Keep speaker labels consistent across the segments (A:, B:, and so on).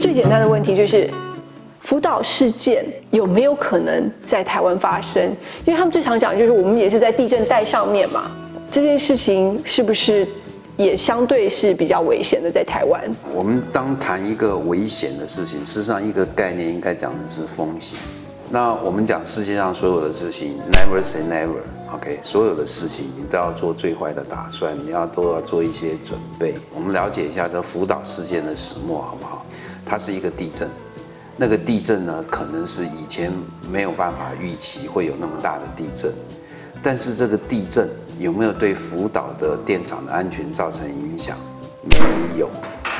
A: 最简单的问题就是，福岛事件有没有可能在台湾发生？因为他们最常讲就是我们也是在地震带上面嘛，这件事情是不是也相对是比较危险的在台湾？
B: 我们当谈一个危险的事情，事实上一个概念应该讲的是风险。那我们讲世界上所有的事情，never say never，OK，、所有的事情你都要做最坏的打算，你要都要做一些准备。我们了解一下这福岛事件的始末，好不好？它是一个地震，那个地震呢，可能是以前没有办法预期会有那么大的地震，但是这个地震有没有对福岛的电厂的安全造成影响？没有。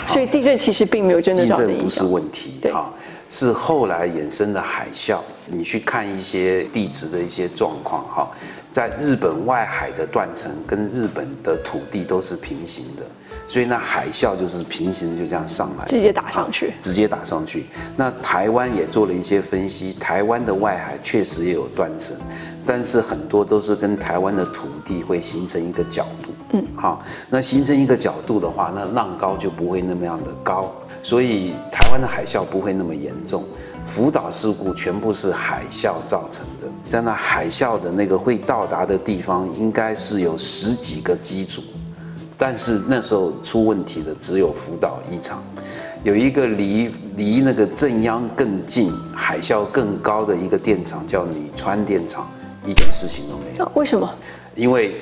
A: 所以地震其实并没有真的
B: 地
A: 造成
B: 震
A: 影
B: 不是
A: 响。
B: 问题
A: 对
B: 啊，是后来衍生的海啸。你去看一些地质的一些状况哈，在日本外海的断层跟日本的土地都是平行的，所以那海啸就是平行就这样上来，
A: 直接打上去
B: 啊直接打上去。那台湾也做了一些分析，台湾的外海确实也有断层，但是很多都是跟台湾的土地会形成一个角度。嗯，好，那形成一个角度的话，那浪高就不会那么样的高，所以台湾的海啸不会那么严重。福岛事故全部是海啸造成的，在那海啸的那个会到达的地方，应该是有十几个机组，但是那时候出问题的只有福岛一场，有一个离离那个正央更近、海啸更高的一个电厂叫女川电厂，一点事情都没有。
A: 啊为什么？
B: 因为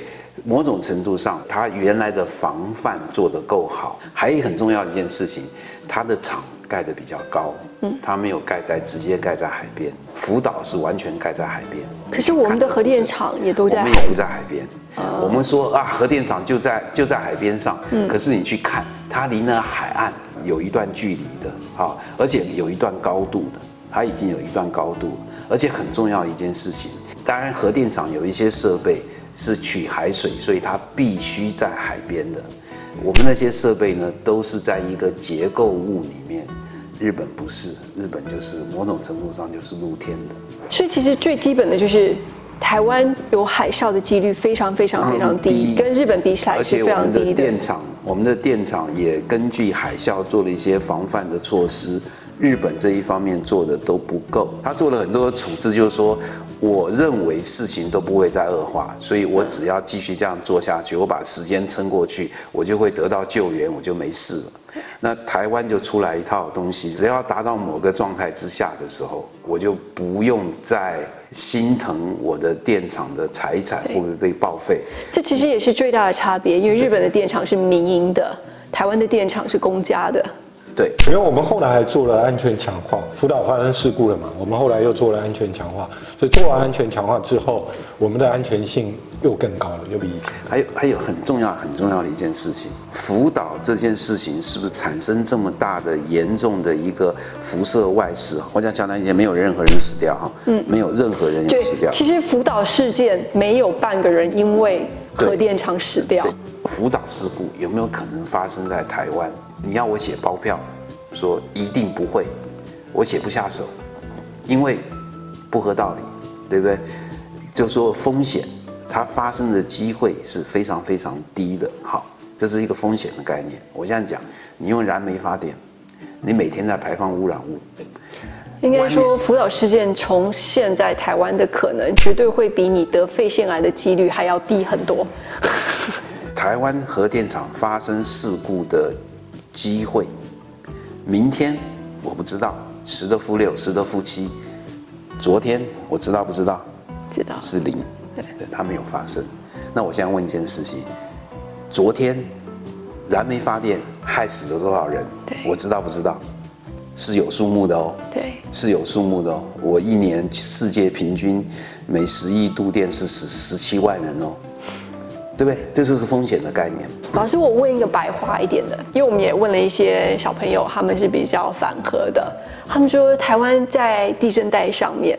B: 某种程度上，它原来的防范做得够好。还有一个很重要的一件事情，它的厂盖得比较高，嗯，它没有盖在直接盖在海边，福岛是完全盖在海边。
A: 可是我们的核电厂也都在
B: 我
A: 海
B: 们也不在海边。我们说啊，核电厂就在就在海边上，
A: 嗯
B: 可是你去看，它离那海岸有一段距离的，好，而且有一段高度的，它已经有一段高度了，而且很重要的一件事情，当然核电厂有一些设备是取海水，所以它必须在海边的。我们那些设备呢，都是在一个结构物里面，日本不是，日本就是某种程度上就是露天的。
A: 所以其实最基本的就是，台湾有海啸的几率非常非常非常低，
B: 嗯低
A: 跟日本比起来
B: 而且
A: 是
B: 我
A: 非常
B: 们的
A: 低的。
B: 电厂，我们的电厂也根据海啸做了一些防范的措施。日本这一方面做的都不够，他做了很多的处置，就是说，我认为事情都不会再恶化，所以我只要继续这样做下去，我把时间撑过去，我就会得到救援，我就没事了。那台湾就出来一套东西，只要达到某个状态之下的时候，我就不用再心疼我的电厂的财产会不会被报废。
A: 这其实也是最大的差别，因为日本的电厂是民营的，台湾的电厂是公家的。
B: 对，
C: 因为我们后来还做了安全强化，福岛发生事故了嘛，我们后来又做了安全强化，所以做完安全强化之后，我们的安全性又更高了，又比以前。
B: 还有还有很重要很重要的一件事情，福岛这件事情是不是产生这么大的严重的一个辐射外事？我讲讲难一点，没有任何人死掉哈，嗯，没有任何人有
A: 对
B: 死，掉。
A: 其实福岛事件没有半个人因为核电厂死掉
B: 对。，福岛事故有没有可能发生在台湾？你要我写包票，说一定不会，我写不下手，因为不合道理，对不对？就说风险，它发生的机会是非常非常低的。好，这是一个风险的概念。我现在讲，你用燃煤发电，你每天在排放污染物，
A: 应该说，福岛事件从现在台湾的可能，绝对会比你得肺腺癌的几率还要低很多。
B: 台湾核电厂发生事故的机会，明天我不知道，十的负六，十的负七，昨天我知道不知道
A: 知道？
B: 是零，对，它没有发生。那我现在问一件事情，昨天燃煤发电害死了多少人
A: 对？
B: 我知道不知道？是有数目的哦。
A: 对，
B: 是有数目的哦。我一年世界平均每十亿度电是十十七万人哦，对不对？这就是风险的概念。
A: 老师，我问一个白话一点的，因为我们也问了一些小朋友，他们是比较反核的，他们说台湾在地震带上面，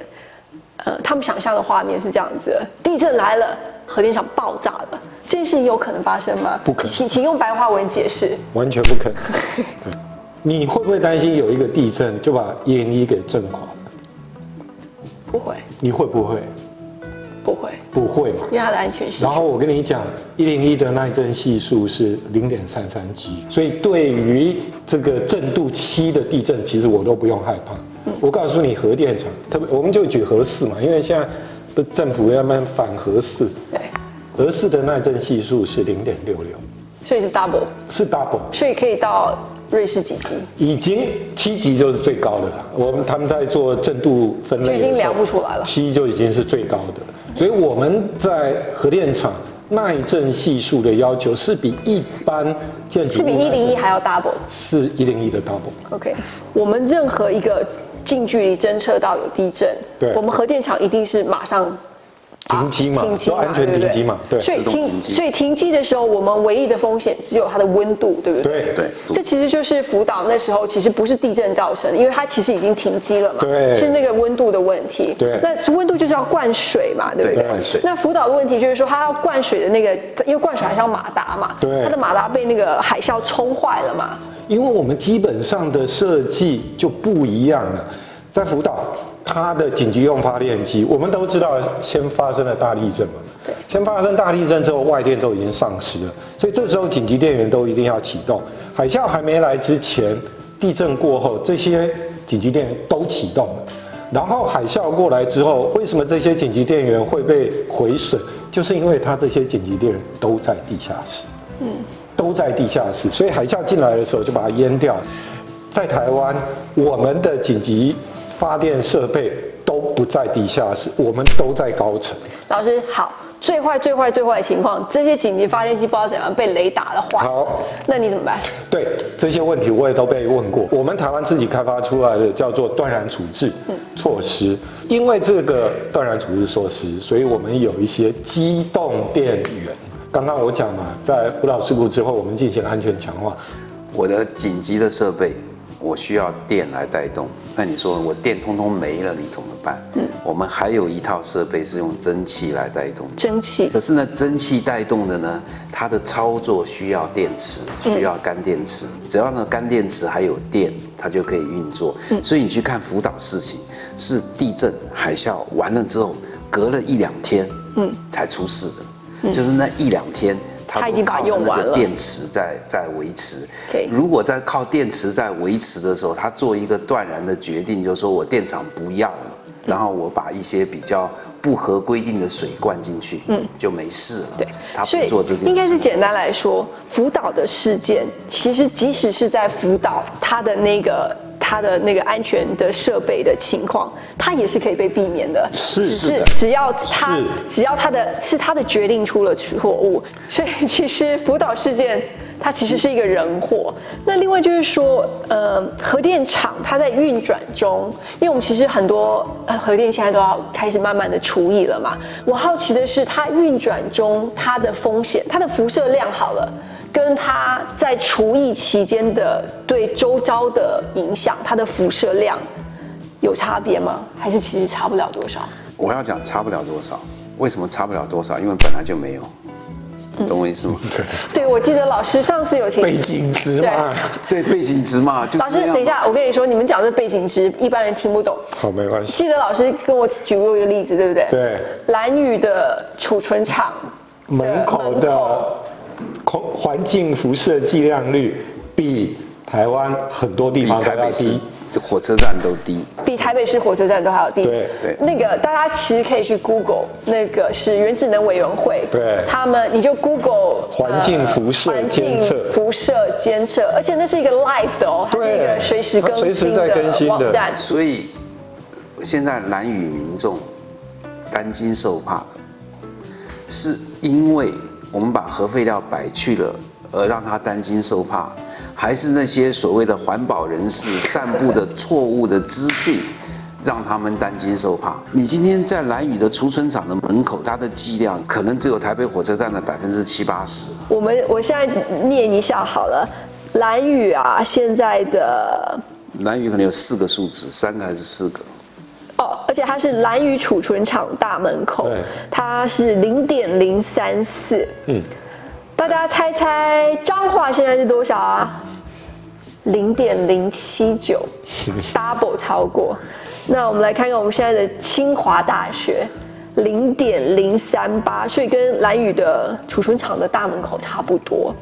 A: 呃，他们想象的画面是这样子的：地震来了，核电厂爆炸了，这件事情有可能发生吗？
C: 不可能
A: 请请用白话文解释。
C: 完全不可能。对，你会不会担心有一个地震就把一零一给震垮了？
A: 不会，
C: 你会不会？
A: 不会，
C: 不会嘛。
A: 因为它的安全性
C: 然。后我跟你讲，一零一的耐震系数是零点三三级，所以对于这个震度七的地震，其实我都不用害怕。我告诉你，核电厂，特别我们就举核四嘛，因为现在不是政府要慢慢反核四，
A: 对，
C: 核四的耐震系数是零点六六，
A: 所以是 double，
C: 是 double。
A: 所以可以到瑞士几级，
C: 已经七级就是最高的了。我们他们在做震度分类的时候，
A: 就已经量不出来了
C: 七就已经是最高的。所以我们在核电厂耐震系数的要求是比一般建筑
A: 是比一零一还要 double。
C: 是一零一的 double。
A: OK，我们任何一个近距离侦测到有地震，
C: 对
A: 我们核电厂一定是马上
C: 停机嘛
A: 啊停机
C: 都安全
A: 对不对
C: 停机嘛对
A: 所以
B: 自动停
A: 停，
B: 机
A: 所以停机的时候，我们唯一的风险只有它的温度，对不对？
C: 对
B: 对，
A: 这其实就是福岛那时候其实不是地震造成的，因为它其实已经停机了嘛，
C: 对
A: 是那个温度的问题。
C: 对
A: 那温度就是要灌水嘛，对不对？
B: 对灌水
A: 那福岛的问题就是说，它要灌水的那个，因为灌水还是要马达嘛，
C: 对
A: 它的马达被那个海啸冲坏了嘛，
C: 因为我们基本上的设计就不一样了。在福岛，它的紧急用发电机，我们都知道先发生了大地震嘛。
A: 对
C: 先发生大地震之后，外电都已经丧失了，所以这时候紧急电源都一定要启动。海啸还没来之前，地震过后，这些紧急电源都启动了。然后海啸过来之后，为什么这些紧急电源会被回损？就是因为它这些紧急电源都在地下室。都在地下室，所以海啸进来的时候就把它淹掉。在台湾，我们的紧急发电设备都不在地下室，我们都在高层。
A: 老师好，最坏最坏最坏的情况，这些紧急发电机不知道怎样被雷打了坏，
C: 好，
A: 那你怎么办？
C: 对这些问题我也都被问过。我们台湾自己开发出来的叫做断然处置措施，因为这个断然处置措施，所以我们有一些机动电源。刚刚我讲嘛，在福岛事故之后，我们进行安全强化，
B: 我的紧急的设备，我需要电来带动。那你说我电通通没了，你怎么办？我们还有一套设备是用蒸汽来带动的。
A: 蒸汽
B: 可是呢，蒸汽带动的呢，它的操作需要电池，需要干电池。只要呢干电池还有电，它就可以运作。
A: 嗯
B: 所以你去看福岛事情，是地震、海啸完了之后，隔了一两天，嗯，才出事的，就是那一两天。
A: 它
B: 它
A: 已经把它用完
B: 靠那
A: 了
B: 个电池在在维持。
A: 对
B: 如果在靠电池在维持的时候，他做一个断然的决定，就是说我电厂不要了，
A: 嗯
B: 然后我把一些比较不合规定的水灌进去，嗯，就没事了。
A: 对，
B: 他
A: 所
B: 不
A: 以
B: 做这件事，
A: 应该是简单来说，福岛的事件其实即使是在福岛，它的那个。它的那个安全的设备的情况，它也是可以被避免的，
C: 是
A: 只
C: 是
A: 是
C: 的
A: 只要它
C: 是
A: 只要它的是它的决定出了错误，所以其实福岛事件它其实是一个人祸。那另外就是说，呃，核电厂它在运转中，因为我们其实很多呃核电现在都要开始慢慢的除以了嘛。我好奇的是，它运转中它的风险，它的辐射量好了。跟它在除役期间的对周遭的影响，它的辐射量有差别吗？还是其实差不了多少？
B: 我要讲差不了多少。为什么差不了多少？因为本来就没有，
A: 嗯
B: 懂我意思吗？
A: 对，我记得老师上次有提
C: 背景值嘛。
B: 对，背景值嘛，就是
A: 老师
B: 这，样
A: 等一下，我跟你说，你们讲这背景值，一般人听不懂。
C: 好，没关系。
A: 记得老师跟我举过一个例子，对不对？
C: 对。
A: 蓝宇的储存厂
C: 门口
A: 门
C: 的
A: 口
C: 空环境辐射剂量率比台湾很多地
B: 比
C: 方都
B: 台
C: 要
B: 北市
C: 低。
B: 这火车站都低。
A: 比台北市火车站都还要低。
C: 对
B: 对
A: 那个大家其实可以去 Google，那个是原子能委员会，
C: 对
A: 他们你就 Google 呃
C: 环境辐射
A: 环境
C: 监测
A: 辐射监测，而且那是一个 live 的哦，它是一个
C: 对
A: 随时
C: 它
A: 更
C: 随时
A: 新
C: 在更
A: 的
C: 新的
A: 网站。
B: 所以现在蓝雨民众担惊受怕的，是因为我们把核废料摆去了，而让他担惊受怕，还是那些所谓的环保人士散布的错误的资讯？让他们担惊受怕。你今天在蓝雨的储存厂的门口，它的剂量可能只有台北火车站的百分之七八十。
A: 我们我现在念一下好了，蓝宇啊，现在的
B: 蓝雨可能有四个数值，三个还是四个？
A: 哦，而且它是蓝宇储存厂大门口
C: 对，
A: 它是零点零三四。
C: 嗯，
A: 大家猜猜彰化现在是多少啊？零点零七 九，double 超过。那我们来看看我们现在的清华大学，零点零三八，所以跟蓝屿的储存厂的大门口差不多。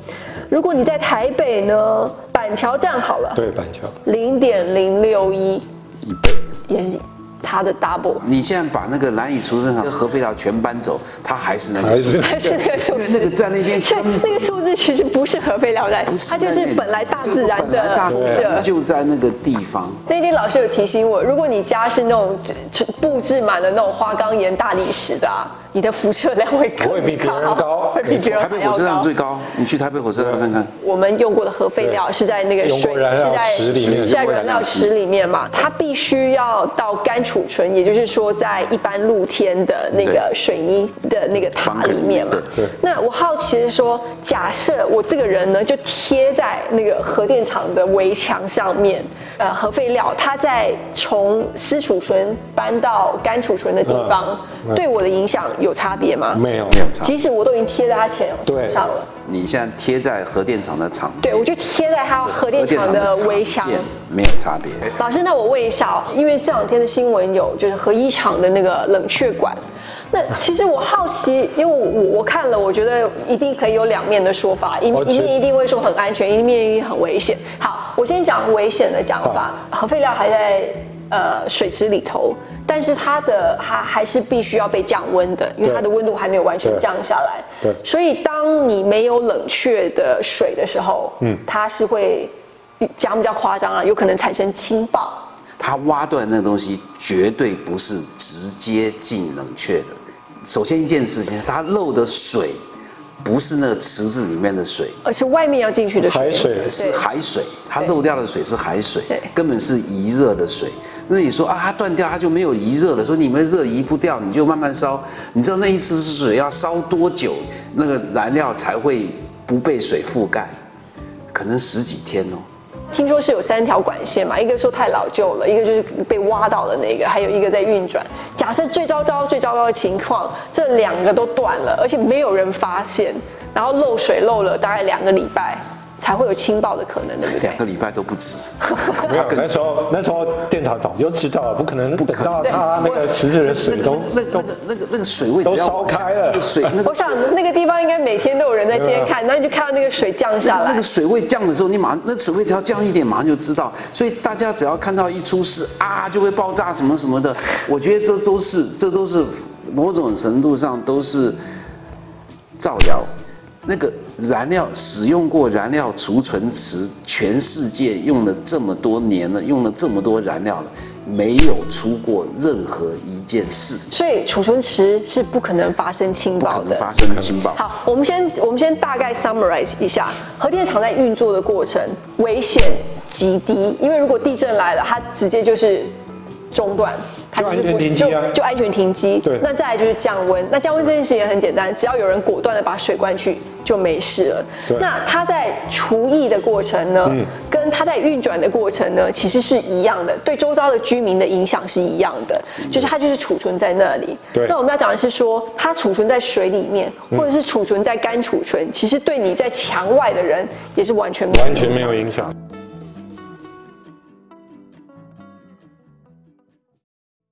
A: 如果你在台北呢，板桥站好了，
C: 对板桥，
A: 零点零六一，
B: 一倍。
A: 也是它的 double，
B: 你现在把那个蓝宇厨师厂合肥佬全搬走，它还是那个
C: 还
B: 数，
C: 是
A: 还是那个数
B: 因为那个在那边
A: 所以
B: 根本
A: 那个数字其实不是合肥聊斋
B: 不，是
A: 它就
B: 在那
A: 是
B: 里
A: 本来大自然
B: 就本来
A: 的
B: 大自然
A: 设。
B: 就在那个地方。
A: 那天老师有提醒我，如果你家是那种就就布置满了那种花岗岩大理石的、啊，你的辐射量会更
C: 会比别人高
A: 会比别人
B: 台北火
A: 还
B: 车
A: 要
B: 站
A: 高
B: 最高，你去台北火车站看看，
A: 我们用过的核废料是在那个
C: 用
A: 水
C: 过燃料池里面
A: 是在燃料池里面嘛，它必须要到干储存，也就是说在一般露天的那个
B: 对
A: 水泥的那个塔里面嘛
C: 对对。
A: 那我好奇是说，假设我这个人呢就贴在那个核电厂的围墙上面，呃，核废料它在从湿储存搬到干储存的地方
C: 嗯，嗯
A: 对我的影响有差别吗？
C: 没有
B: 没有差。
A: 即使我都已经贴在它前
C: 对
A: 上了。
B: 你现在贴在核电厂的厂，
A: 对，我就贴在它核电
B: 核电
A: 厂
B: 厂的
A: 的
B: 厂
A: 围墙。
B: 线没有差别。
A: 老师，那我问一下哦，因为这两天的新闻有就是核一厂的那个冷却管，那其实我好奇，因为我我我看了，我觉得一定可以有两面的说法，一
C: 哦
A: 一
C: 是
A: 面一定会说很安全，一面一定很危险。好，我先讲危险的讲法，核废料还在呃水池里头，但是它的它还是必须要被降温的，因为
C: 对
A: 它的温度还没有完全
C: 对
A: 降下来。
C: 对
A: 所以当你没有冷却的水的时候，嗯，它是会讲比较夸张啊，有可能产生氢爆。
B: 它挖断那个东西绝对不是直接进冷却的。首先一件事情，它漏的水不是那个池子里面的水，
A: 而是外面要进去的水，
C: 海水
B: 是海水，它
A: 对
B: 漏掉的水是海水
A: 对，
B: 根本是移热的水。那你说啊，它断掉，它就没有移热了。说你们热移不掉，你就慢慢烧。你知道那一次是水要烧多久，那个燃料才会不被水覆盖？可能十几天哦。
A: 听说是有三条管线嘛，一个说太老旧了，一个就是被挖到的那个，还有一个在运转。假设最糟糕、最糟糕的情况，这两个都断了，而且没有人发现，然后漏水漏了大概两个礼拜，才会有清爆的可能，对不对
B: 两？个礼拜都不止，
C: 没有，那时候那时候电厂早就知道了，不可能等到
A: 能
C: 它那个池子的水都
B: 那个那个那个那个水位只要
C: 都烧开了
B: 那个水那
A: 我
B: 个
A: 想那个地方应该每天都有人在监看，那你就看到那个水降下
B: 那
A: 来
B: 个。水位降的时候，你马那水位只要降一点，马上就知道。所以大家只要看到一出事啊，就会爆炸什么什么的。我觉得这都是这都是某种程度上都是造谣。那个燃料使用过燃料储存池，全世界用了这么多年了，用了这么多燃料了，没有出过任何一件事，
A: 所以储存池是不可能发生清
B: 不可
A: 爆
B: 能
A: 的。
B: 发生情报。
A: 好，我们先我们先大概 summarize 一下核电厂在运作的过程，危险极低，因为如果地震来了，它直接就是中断，它是
C: 就安全停机啊
A: 就就安全停机。
C: 对
A: 那再来就是降温，那降温这件事也很简单，只要有人果断的把水灌去就没事了
C: 对。嗯
A: 那它在除役的过程呢，跟它在运转的过程呢，其实是一样的，对周遭的居民的影响是一样的，就是它就是储存在那里。
C: 对
A: 那我们要讲的是说，它储存在水里面，或者是储存在干储存，其实对你在墙外的人也是完全没有
C: 完
A: 影响
C: 全没有影响。